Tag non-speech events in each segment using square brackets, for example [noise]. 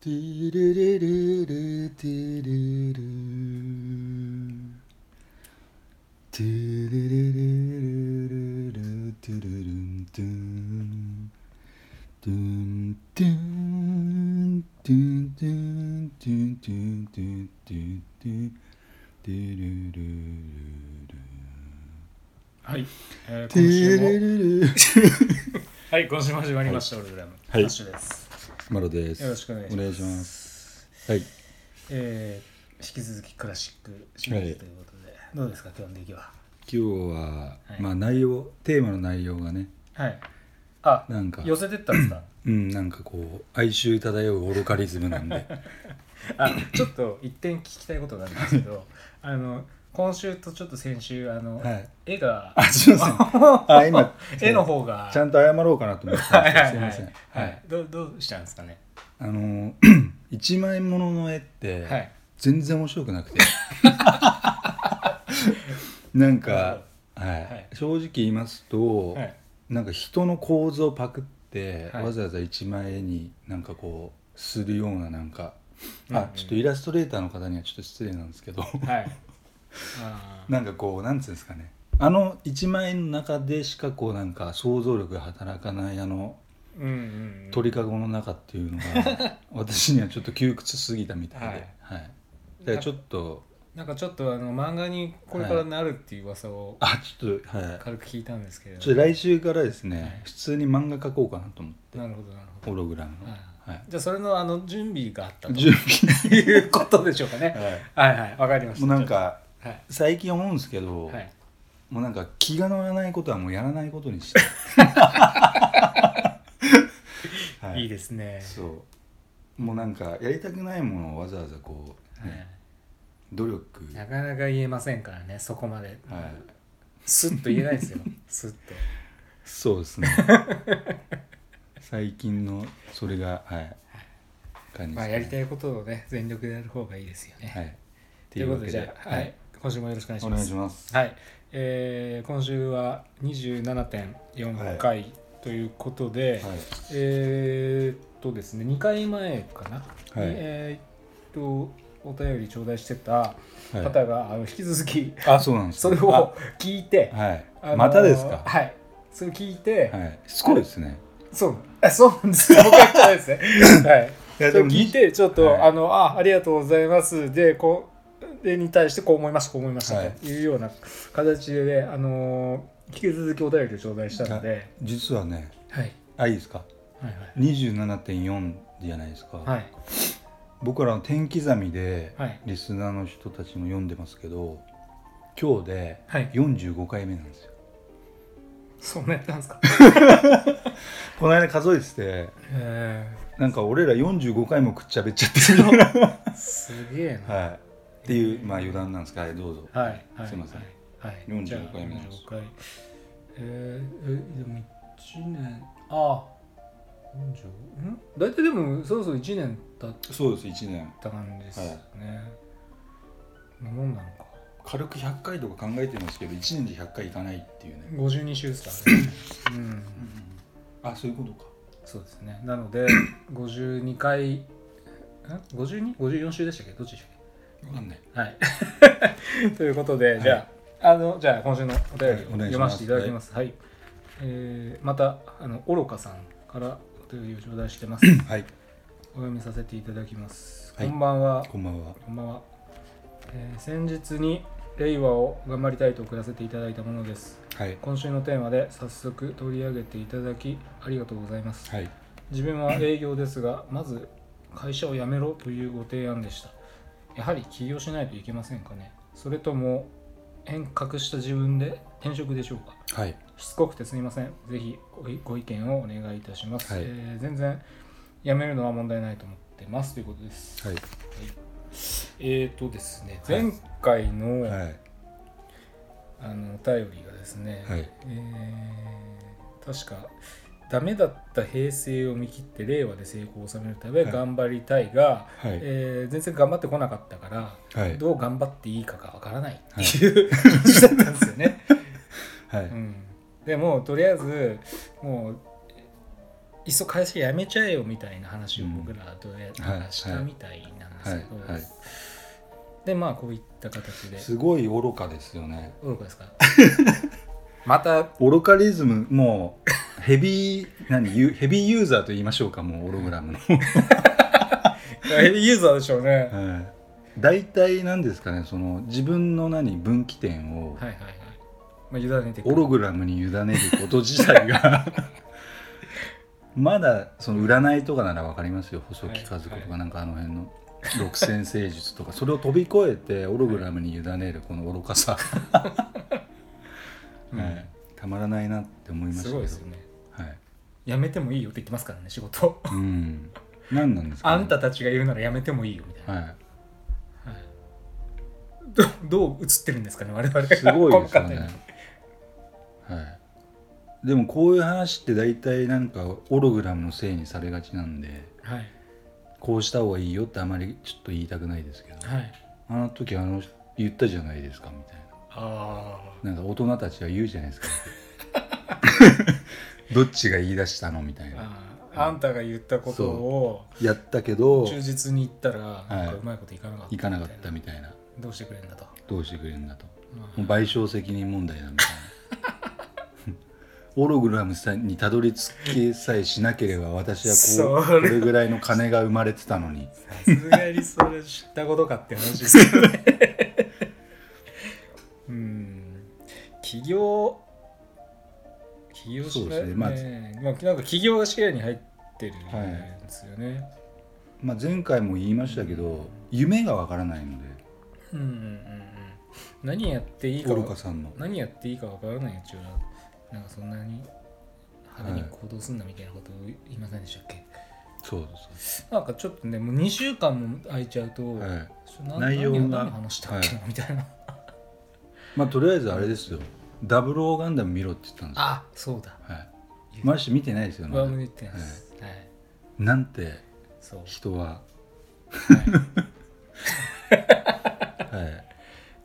ティルルルルティルルティルルルルルティルルントゥントゥントゥントゥントゥントゥントゥントゥントゥントゥンティルルルルはい、えーテ今週ィもルルルはい今週も始まりました、オルグラム、はいダッシュですマロですよろしくお願いしおます願いしますはいえー、引き続きクラシックシリーズということで、どうですか基本的には今日は、はいまあ内容テーマの内容がねはいあなんか寄せてったんですかうんなんかこう哀愁漂う愚かリズムなんであちょっと一点聞きたいことがあるんですけど [laughs] あの今週とちょっと先週あの、 [laughs] はい絵があすいませんあ今 [laughs] 絵の方がちゃんと謝ろうかなと思ってたんはでいすけどはすいいませんはいははいいどうどうしたんですかねあの [clears throat] 一枚物の絵って、はい全然面白くなくてなんか、 [laughs] はいはい正直言いますと、はいなんか人の構図をパクって、はいわざわざ一枚絵になんかこうするようななんか、うんうんあちょっとイラストレーターの方にはちょっと失礼なんですけど [laughs] はいあーなんかこうなんつうんですかねあの一枚絵の中でしかこうなんか想像力が働かないあのうんうんうん鳥かごの中っていうの [laughs] が私にはちょっと窮屈すぎたみたいで、ははいいだからちょっとなんかちょっとあの漫画にこれからなるっていう噂をあちょっとはい軽く聞いたんですけれどもちょっと来週からですね、はい普通に漫画描こうかなと思ってなるほどなるほホログラムど、の、はいはいじゃあそれのあの準備があった [laughs] と準備、いうことでしょうかねはいはいわかりましたもうなんかちょっ最近思うんですけど、とはい、はい、もうなんか気が乗らないことはもうやらないことに [laughs]、して、はいいですねそうもうなんかやりたくないものをわざわざこう、ねはい努力なかなか言えませんからねそこまで、はいスッと言えない [laughs] ですよスッとそうですね [laughs] 最近のそれがはい感じですねまあやりたいことをね全力でやる方がいいですよね、はいということでじゃあ、はいはい今週もよろしくお願いしおま願いすしますはい、えー今週は27.4回ということで、はいえーっとですね2回前かな、いにえーっとお便り頂戴してたはい方が、あの引き続き [laughs] あそうなんですそれを聞いてあ、はいあのーまたですかはいそれを聞いて、はいすごいですねそうあそうなんです僕は聞かないです [laughs] ねはいいやでそれも聞いてちょっと、はいあのあありがとうございますでこうでに対してこう思いましたこう思いました、はいというような形で、あのー引き続きお便りを頂戴したので、実はねはい、あいいですかはい27.4じゃないですか、はいはい僕らの点刻みで、はいリスナーの人たちも読んでますけど今日ではい45回目なんですよ、そうなったんですかこの間数えててへなんか俺ら45回もくっちゃべっちゃってる [laughs] ーすげえ [laughs] なはいっていうまあ余談なんですかはいどうぞはいはいすいませんはい、はい、 45じゃあ回目なんです45回えー、えでも1年あ40ん大体でもそろそろ1年経っそうです1年た感じですね、こんなもんなのか軽く100回とか考えてますけど1年で100回いかないっていうね、 52週ですからねうんあそういうことかそうですねな [coughs] ので52回ん 52?54 週でしたっけどっちでしたっ分かんないけはいという [laughs] ことで、いじゃああのじゃあ今週のお便りをはいお願いし読まますせていただきますはい、えーまたあの愚かさんからお便りを頂戴してます [coughs] はいお読みさせていただきます、はいこんばんはこんばんはこんばんは、えー先日に令和を頑張りたいと送らせていただいたものですはい今週のテーマで早速取り上げていただきありがとうございます、はい自分は営業ですがまず会社を辞めろというご提案でしたやはり起業しないといけませんかねそれとも変革した自分で転職でしょうかはいしつこくてすみませんぜひご意ご意見をお願いいたします、はいえー全然辞めるのは問題ないと思ってますということです、はいえーとですねはい前回の,、はいあのお便りがですね、はいえー確かダメだった平成を見切って令和で成功を収めるためはい頑張りたいが、はいえー全然頑張ってこなかったから、はいどう頑張っていいかがわからないっていう感じだったんですよね。はういん、でもとりあえずもういっそ会社辞めちゃえよみたいな話を僕らとやはいなんかしたみたいなんですはけいど、はいでまあこういった形ですごい愚かですよね愚かです [laughs] かまた愚かリズムもうヘビー何ユヘビーユーザーと言いましょうかもうオログラムのヘビー [laughs] ユーザーでしょうねはい大体何ですかねその自分の何分岐点をはいはいはい、まあ、委ねてくオログラムに委ねること自体がまだその占いとかなら分かりますよ細木和子とはいかはなんかあの辺の六線星術とかそれを飛び越えてオログラムに委ねるこの愚かさ、うんはいたまらないなって思いましたけすどごいですよねはい辞めてもいいよって言ってますからね仕事うん何なんですか、ね、あんたたちが言うなら辞めてもいいよみたいな、ははいどどう映ってるんですかね我々がいすごいですよ [laughs] この方ねにはいでもこういう話って大体なんかオログラムのせいにされがちなんではいこうした方がいいよってあまりちょっと言いたくないですけどはいあの時あの人言ったじゃないですかみたいあななんか大人たちは言うじゃないです [laughs] かどっちが言い出したのみたいーなあーあんたが言ったことをやったけど忠実に言ったらいなんかうまいこといかなかった行かなかったみみたいなたいなどうしてくれんだと、どうしてくれるんだとまあもう賠償責任問題だみたいな [laughs] オログラムさんにたどり着きさえしなければ私はこうそれこれぐらいの金が生まれてたのにさすがにそれ知ったことかって話ですよねうん起業起業しそうなでいすねままああなんか起業が視野に入ってるんですよね、まあ前回も言いましたけど夢がわからないのでうんうんうんうん何やっていいかオロカさんの何やっていいかわからないうちはなんかそんなに派手に行動すんなみたいなことを言いませんでしたっけ、そうですなんかちょっとねもう2週間も空いちゃうと、はいちょな内容が何何話したっけな、みたいなまあとりあえずあれですよダブルオーガンダム見ろって言ったんですよあそうだはいマルシー見てないですよね、上向いてます。はい。なんてそう。人ははい [laughs] はい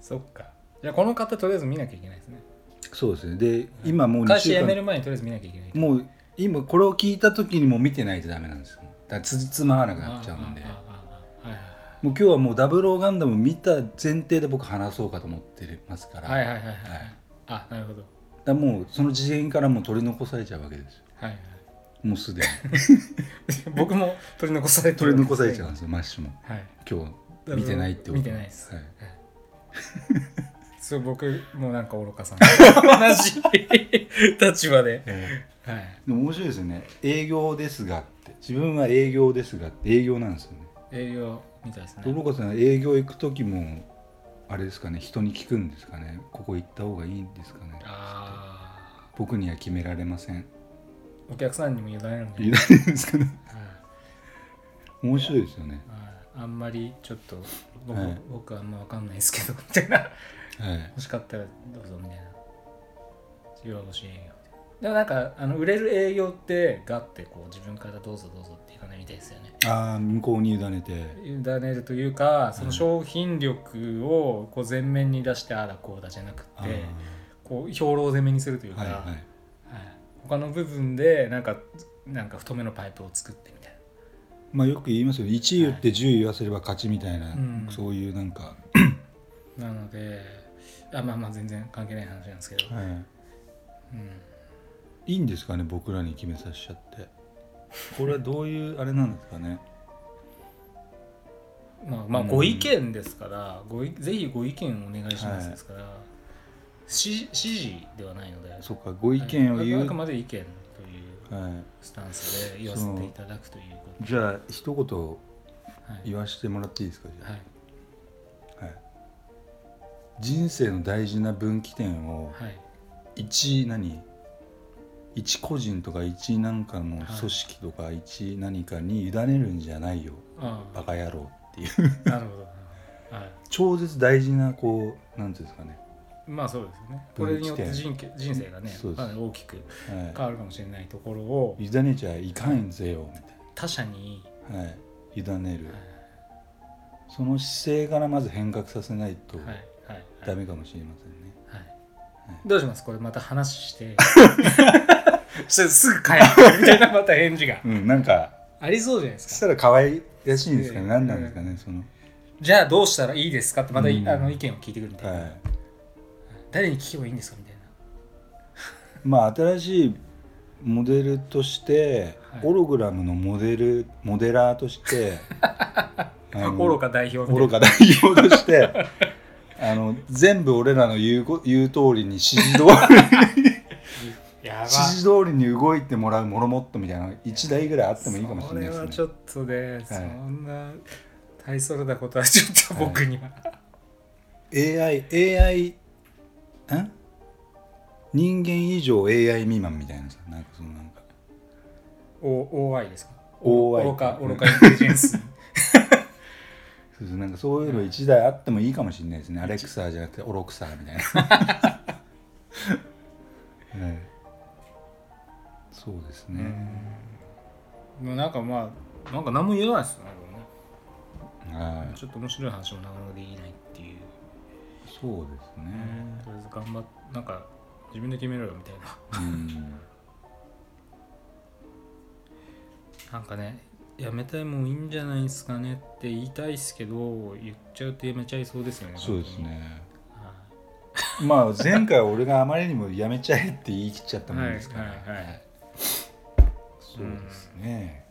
そっか。じゃあこの方とりあえず見なきゃいけないですね。そうですねで今もう2会社週辞め間る前にとりあえず見なきゃいけない。もう今これを聞いた時にもう見てないとダメなんですよだからつじつま合わなくなっちゃうんであもうあああ今日はもうダブルオーガンダム見た前提で僕話そうかと思ってますから,、はいだかはいはいはいはいはいはい。あなるほど。らもうその次元からもう取り残されちゃうわけですよはい [laughs] はい。もうすでに僕も取り残されて取り残されちゃうんう。ですよマッシュもはい。今日見てないってこと見てないです。ははいい。そう僕もなんか愚かさんと同じ立場で。はい。でも面白いですよね営業ですがって自分は営業ですがって営業なんですよね営業みたいですね。ロボさん営業行く時もあれですかね人に聞くんですかねここ行った方がいいんですかねああ。僕には決められませんお客さんにも委ねるんで。いないんですかねはい面白いですよねはいあんまりちょっと僕,、はい僕はあんま分かんないですけどみたいな [laughs] はい欲しかったらどうぞみたいな弱腰営業みたいなでもなんかあの売れる営業ってガッてこう自分からどうぞどうぞっていかないみたいですよねああ向こうに委ねて委ねるというかその商品力をこう前面に出してああだこうだじゃなくてあーこう兵糧攻めにするというか、はいはいはい他の部分でなんかなんか太めのパイプを作ってみたいなまあよく言いますよ1位言って10位言わせれば勝ちみたいな、うんそういうなんか、なのであまあまあ全然関係ない話なんですけど、はうんい、いいんですかね僕らに決めさせちゃって [laughs] これはどういうあれなんですかねまあ、まあうんご意見ですから、ごいぜひご意見お願いしますですから、し指示ではないのでそっかご意見を言あう、くまで意見というはスタンスで言わせていただくというこい、じゃあ一言とはい、言わしてもらっていいですかじゃはいあ、はい人生の大事な分岐点をはい一何一個人とか一なんかの組織とか一何かに委ねるんじゃないよ、あバカ野郎っていうあなるほど、はい、超絶大事なこうなんていうんですかね、まあそうですよねこれによって人け人生がねそうですかなり大きく変はわるかもしれないところをい、委ねちゃいかんぜよみた他者に、いな、はい、委ねるはいその姿勢からまず変革させないとはいはいダメかもしれませんね、 [laughs] [laughs] はいどうしますこれまた話してそしたらすぐ帰るみたいなまた返事がうん、なんかありそうじゃないでそすしかたら可愛らしいんですかね、うん何なんですかねそのじゃあどうしたらいいですかってまた、うんあの意見を聞いてくるみたいな、はい誰に聞けばいいんですかみたいなまあ新しいモデルとして、はいオログラムのモデルモデラーとして [laughs] あの愚か代表みたい愚かな代表として [laughs] あの全部俺らの言うこ言う通りに指示 [laughs] 通りやば指示通りに動いてもらうモロモットみたいな1台ぐらいあってもいいかもしれないでそれはすちねょっとね、そんな大それたことはちょっと僕には、 AI AI ん人間以上 AI 未満みたいなさなんかそのなんかお OI ですか OI 愚か愚かインテリジェ [laughs] ンスそうそうなんかそういうの1台あってもいいかもしれないですねアレクサじゃなくてオロクサみた [laughs] いな、はいそうですね、もうなんかまあなんか何も言えないですよねでもねはいちょっと面白い話もなかなかできないっていう、そうですね、とりあえず頑張っなんか自分で決めろよみたいなうんなんかねやめたいもんいいんじゃないですかねって言いたいですけど言っちゃうとやめちゃいそうですよねそうですねはまあ前回俺があまりにもやめちゃえって言い切っちゃったもんですから、はいはいはいそうですね、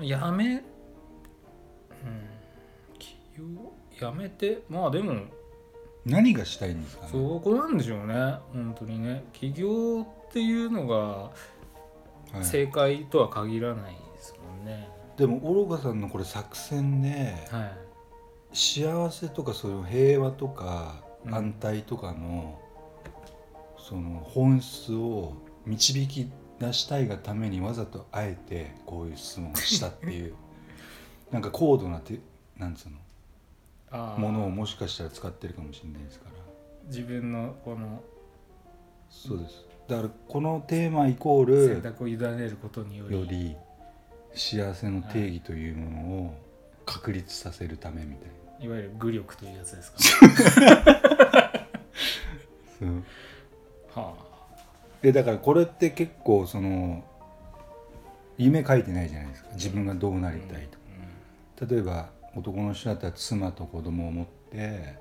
いやめうん起業やめてまあでも何がしたいんですかねそこなんでしょうね本当にね起業っていうのがはい正解とは限らないですもんね、でも愚かさんのこれ作戦で、はい幸せとかその平和とかうん安泰とかの、その本質を導き出したいがためにわざとあえてこういう質問をしたって [laughs] いうなんか高度なてなんつうのあものををもしかしたら使ってるかもしれないですから自分のこのそうですだからこのテーマイコー選ル択を委ねることによりより幸せの定義というものを確立させるためみたいいわゆる愚力というやつですか、な。そうはでだからこれって結構その夢書いてないじゃないですか自分がどうなありたいと、例えば男の人だったら妻と子供を持ってうんはい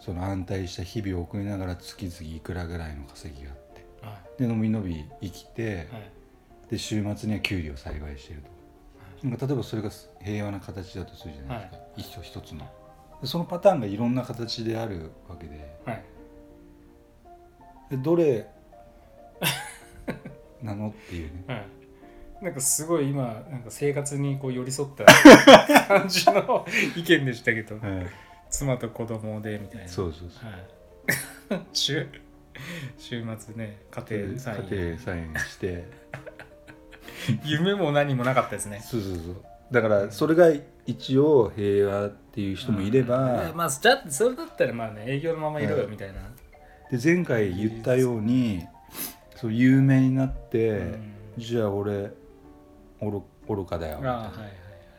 その安泰した日々を送りながら月々いくらぐらいの稼ぎがあってはでのびのび生きてい、はいで週末には給料を栽培してるとなんか例えばそれが平和な形だとするじゃないですか、一つ一つのでそのパターンがいろんな形であるわけではいでど [laughs] れなのっていうねはい、なんかすごい今なんか生活にこう寄り添った [laughs] 感じの意見でしたけど、はい妻と子供でみたいなそうそうそうはい、 [laughs] 週週末ね家家庭菜園庭菜園して [laughs] 夢も何もなかったですねそうそうそうだからそれが一応平和っていう人もいれば、うんまあじゃあそれだったらまあね営業のままいろはよいみたいな、で前回言ったようにそう有名になって、うんじゃあ俺愚愚かだよああはいはい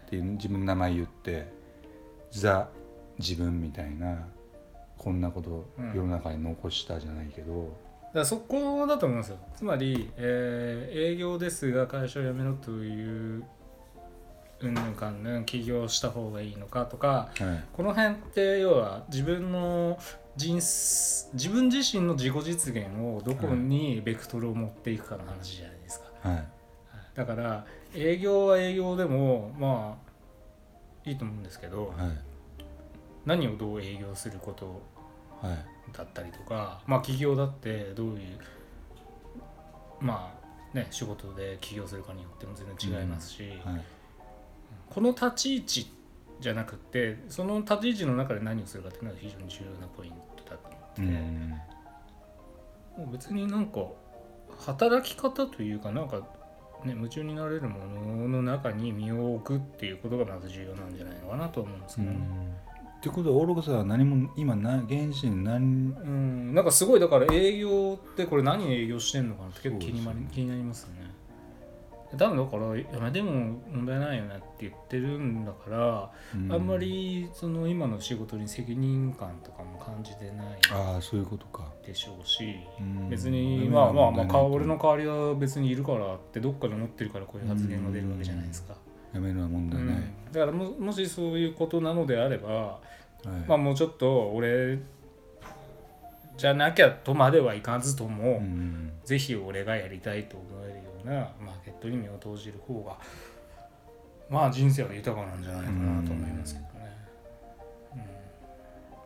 っていう自分の名前言ってザ自分みたいなこんなことうん世の中に残したじゃないけど、だからそこだと思うんですよつまり、えー営業ですが会社を辞めろといううんぬんかんぬん起業した方がいいのかとかはいこの辺って要は自分の人生自分自身の自己実現をどこにベクトルを持っていくかの話じゃないですか、はいだから営業は営業でもまあいいと思うんですけど、はい何をどう営業することはいだったりとかまあ企業だってどういうまあね仕事で起業するかによっても全然違いますし、はいこの立ち位置じゃなくてその立ち位置の中で何をするかっていうのは非常に重要なポイントだと思ってうて、んもう別になんか働き方というかなんかね夢中になれるものの中に身を置くっていうことがまず重要なんじゃないのかなと思うんですうけどね、んってことは愚かさんは何も今な現時に何うん、なんかすごいだから営業ってこれ何営業してんのかなって結構気に,、そうですね気になりますよね。多分だから「いやまあでも問題ないよね」って言ってるんだから、あんまりその今の仕事に責任感とかも感じてないああそういうことかでしょうし、うん別にまあまあまあか俺のや代わりは別にいるからってどっかで思ってるからこういう発言が出るわけじゃないですか、めるのは問題ない、うんだからももしそういうことなのであれば、はいまあ、もうちょっと俺じゃなきゃとまではいかずとも、うんぜひ俺がやりたいと思えるようなマーケットに目を投じる方がまあ人生は豊かなんじゃないかなと思いますけどね、うん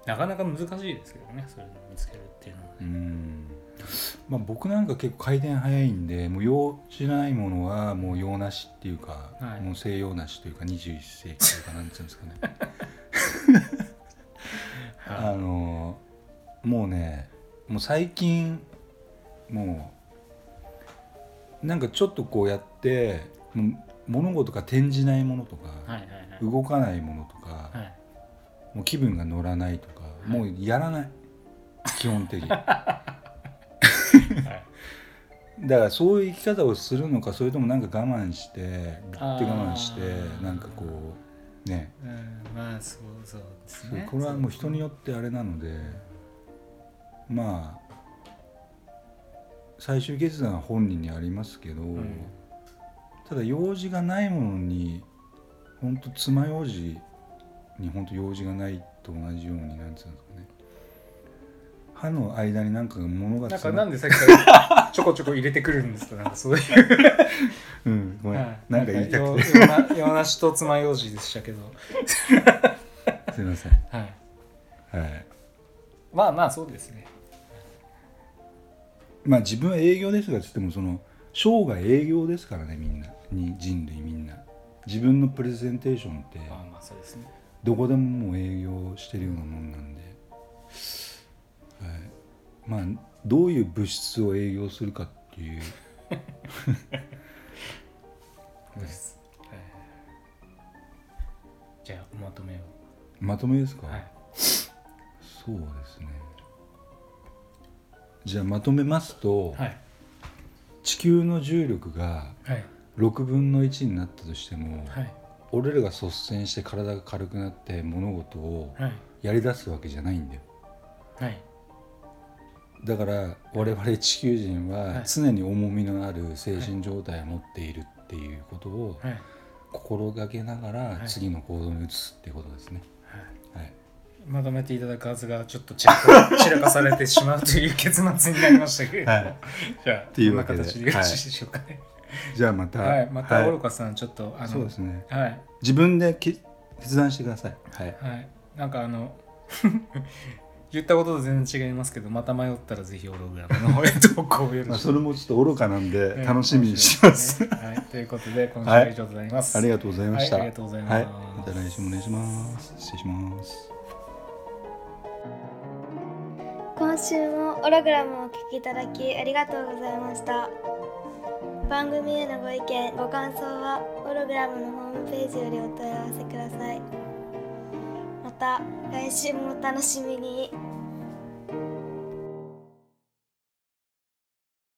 なかなか難しいですけどねそれを見つけるっていうのはうねんまあ、僕なんか結構回転早いんでもう用しないものはもう用なしっていうか、はいもう西洋なしというか21世紀というかなんていうん [laughs] ですかねあのもうねもう最近もうなんかちょっとこうやってもう物事が転じないものとか、はいはいはい動かないものとか、はいもう気分が乗らないとか、いもうやらない基本 [laughs] 的にだからそういう生き方をするのかそれともなんか我慢してぐってあ我ー慢してなんかこうねうんまあそうそうですねこれはもう人によってあれなのでまあ最終決断は本人にありますけど、んただ用事がないものに本当爪楊枝に本当用事がないと同じようになんつうんですかね歯の間になんか物がなんか詰なまっんでさっきからちょこちょこ入れてくるんですかなんかそういううんごめん、はいなんか言いたくなんかよよなよなしと爪楊枝でしたけどてすいませんはいはいまあまあそうですねまあ自分は営業ですがつってもその生涯営業ですからねみんなに人類みんな自分のプレゼンテーションってまあまあそうですねどこでももう営業してるようなもんなんで、はい、まあどういう物質を営業するかっていうそうですはいじゃあおまとめをまとめですか、はいそうですねじゃあまとめますと、はい地球の重力がはい6分の1になったとしても、はい俺らが率先して体が軽くなって物事をはいやりだすわけじゃないんだよはいだから我々地球人ははい常に重みのある精神状態を持っているっていうことをはい心がけながらはい次の行動に移すっていうことですね。はい、まとめていただくはずがちょっと散らか [laughs] 散らかされてしまうという結末になりましたけれども、はいじゃあていこうんわなけで形でよろしいでしょうかねじゃあまた、はい、また愚かさんちょっとあそうのですねはい自分で決決断してください。はい、はいなんかあの [laughs] 言ったことと全然違いますけどまた迷ったらぜひオログラムの方へ投稿をよまろあ、しそれもちょっと愚かなんでく楽しみにします。ねはい、ということで今週は以上となりま [laughs] す、ありがとうございました。はいありがとうございますはい、また来週もお願いします。失礼します。今週もオログラムをお聞きいただきありがとうございました番組へのご意見ご感想はオログラムのホームページよりお問い合わせくださいまた来週もお楽しみに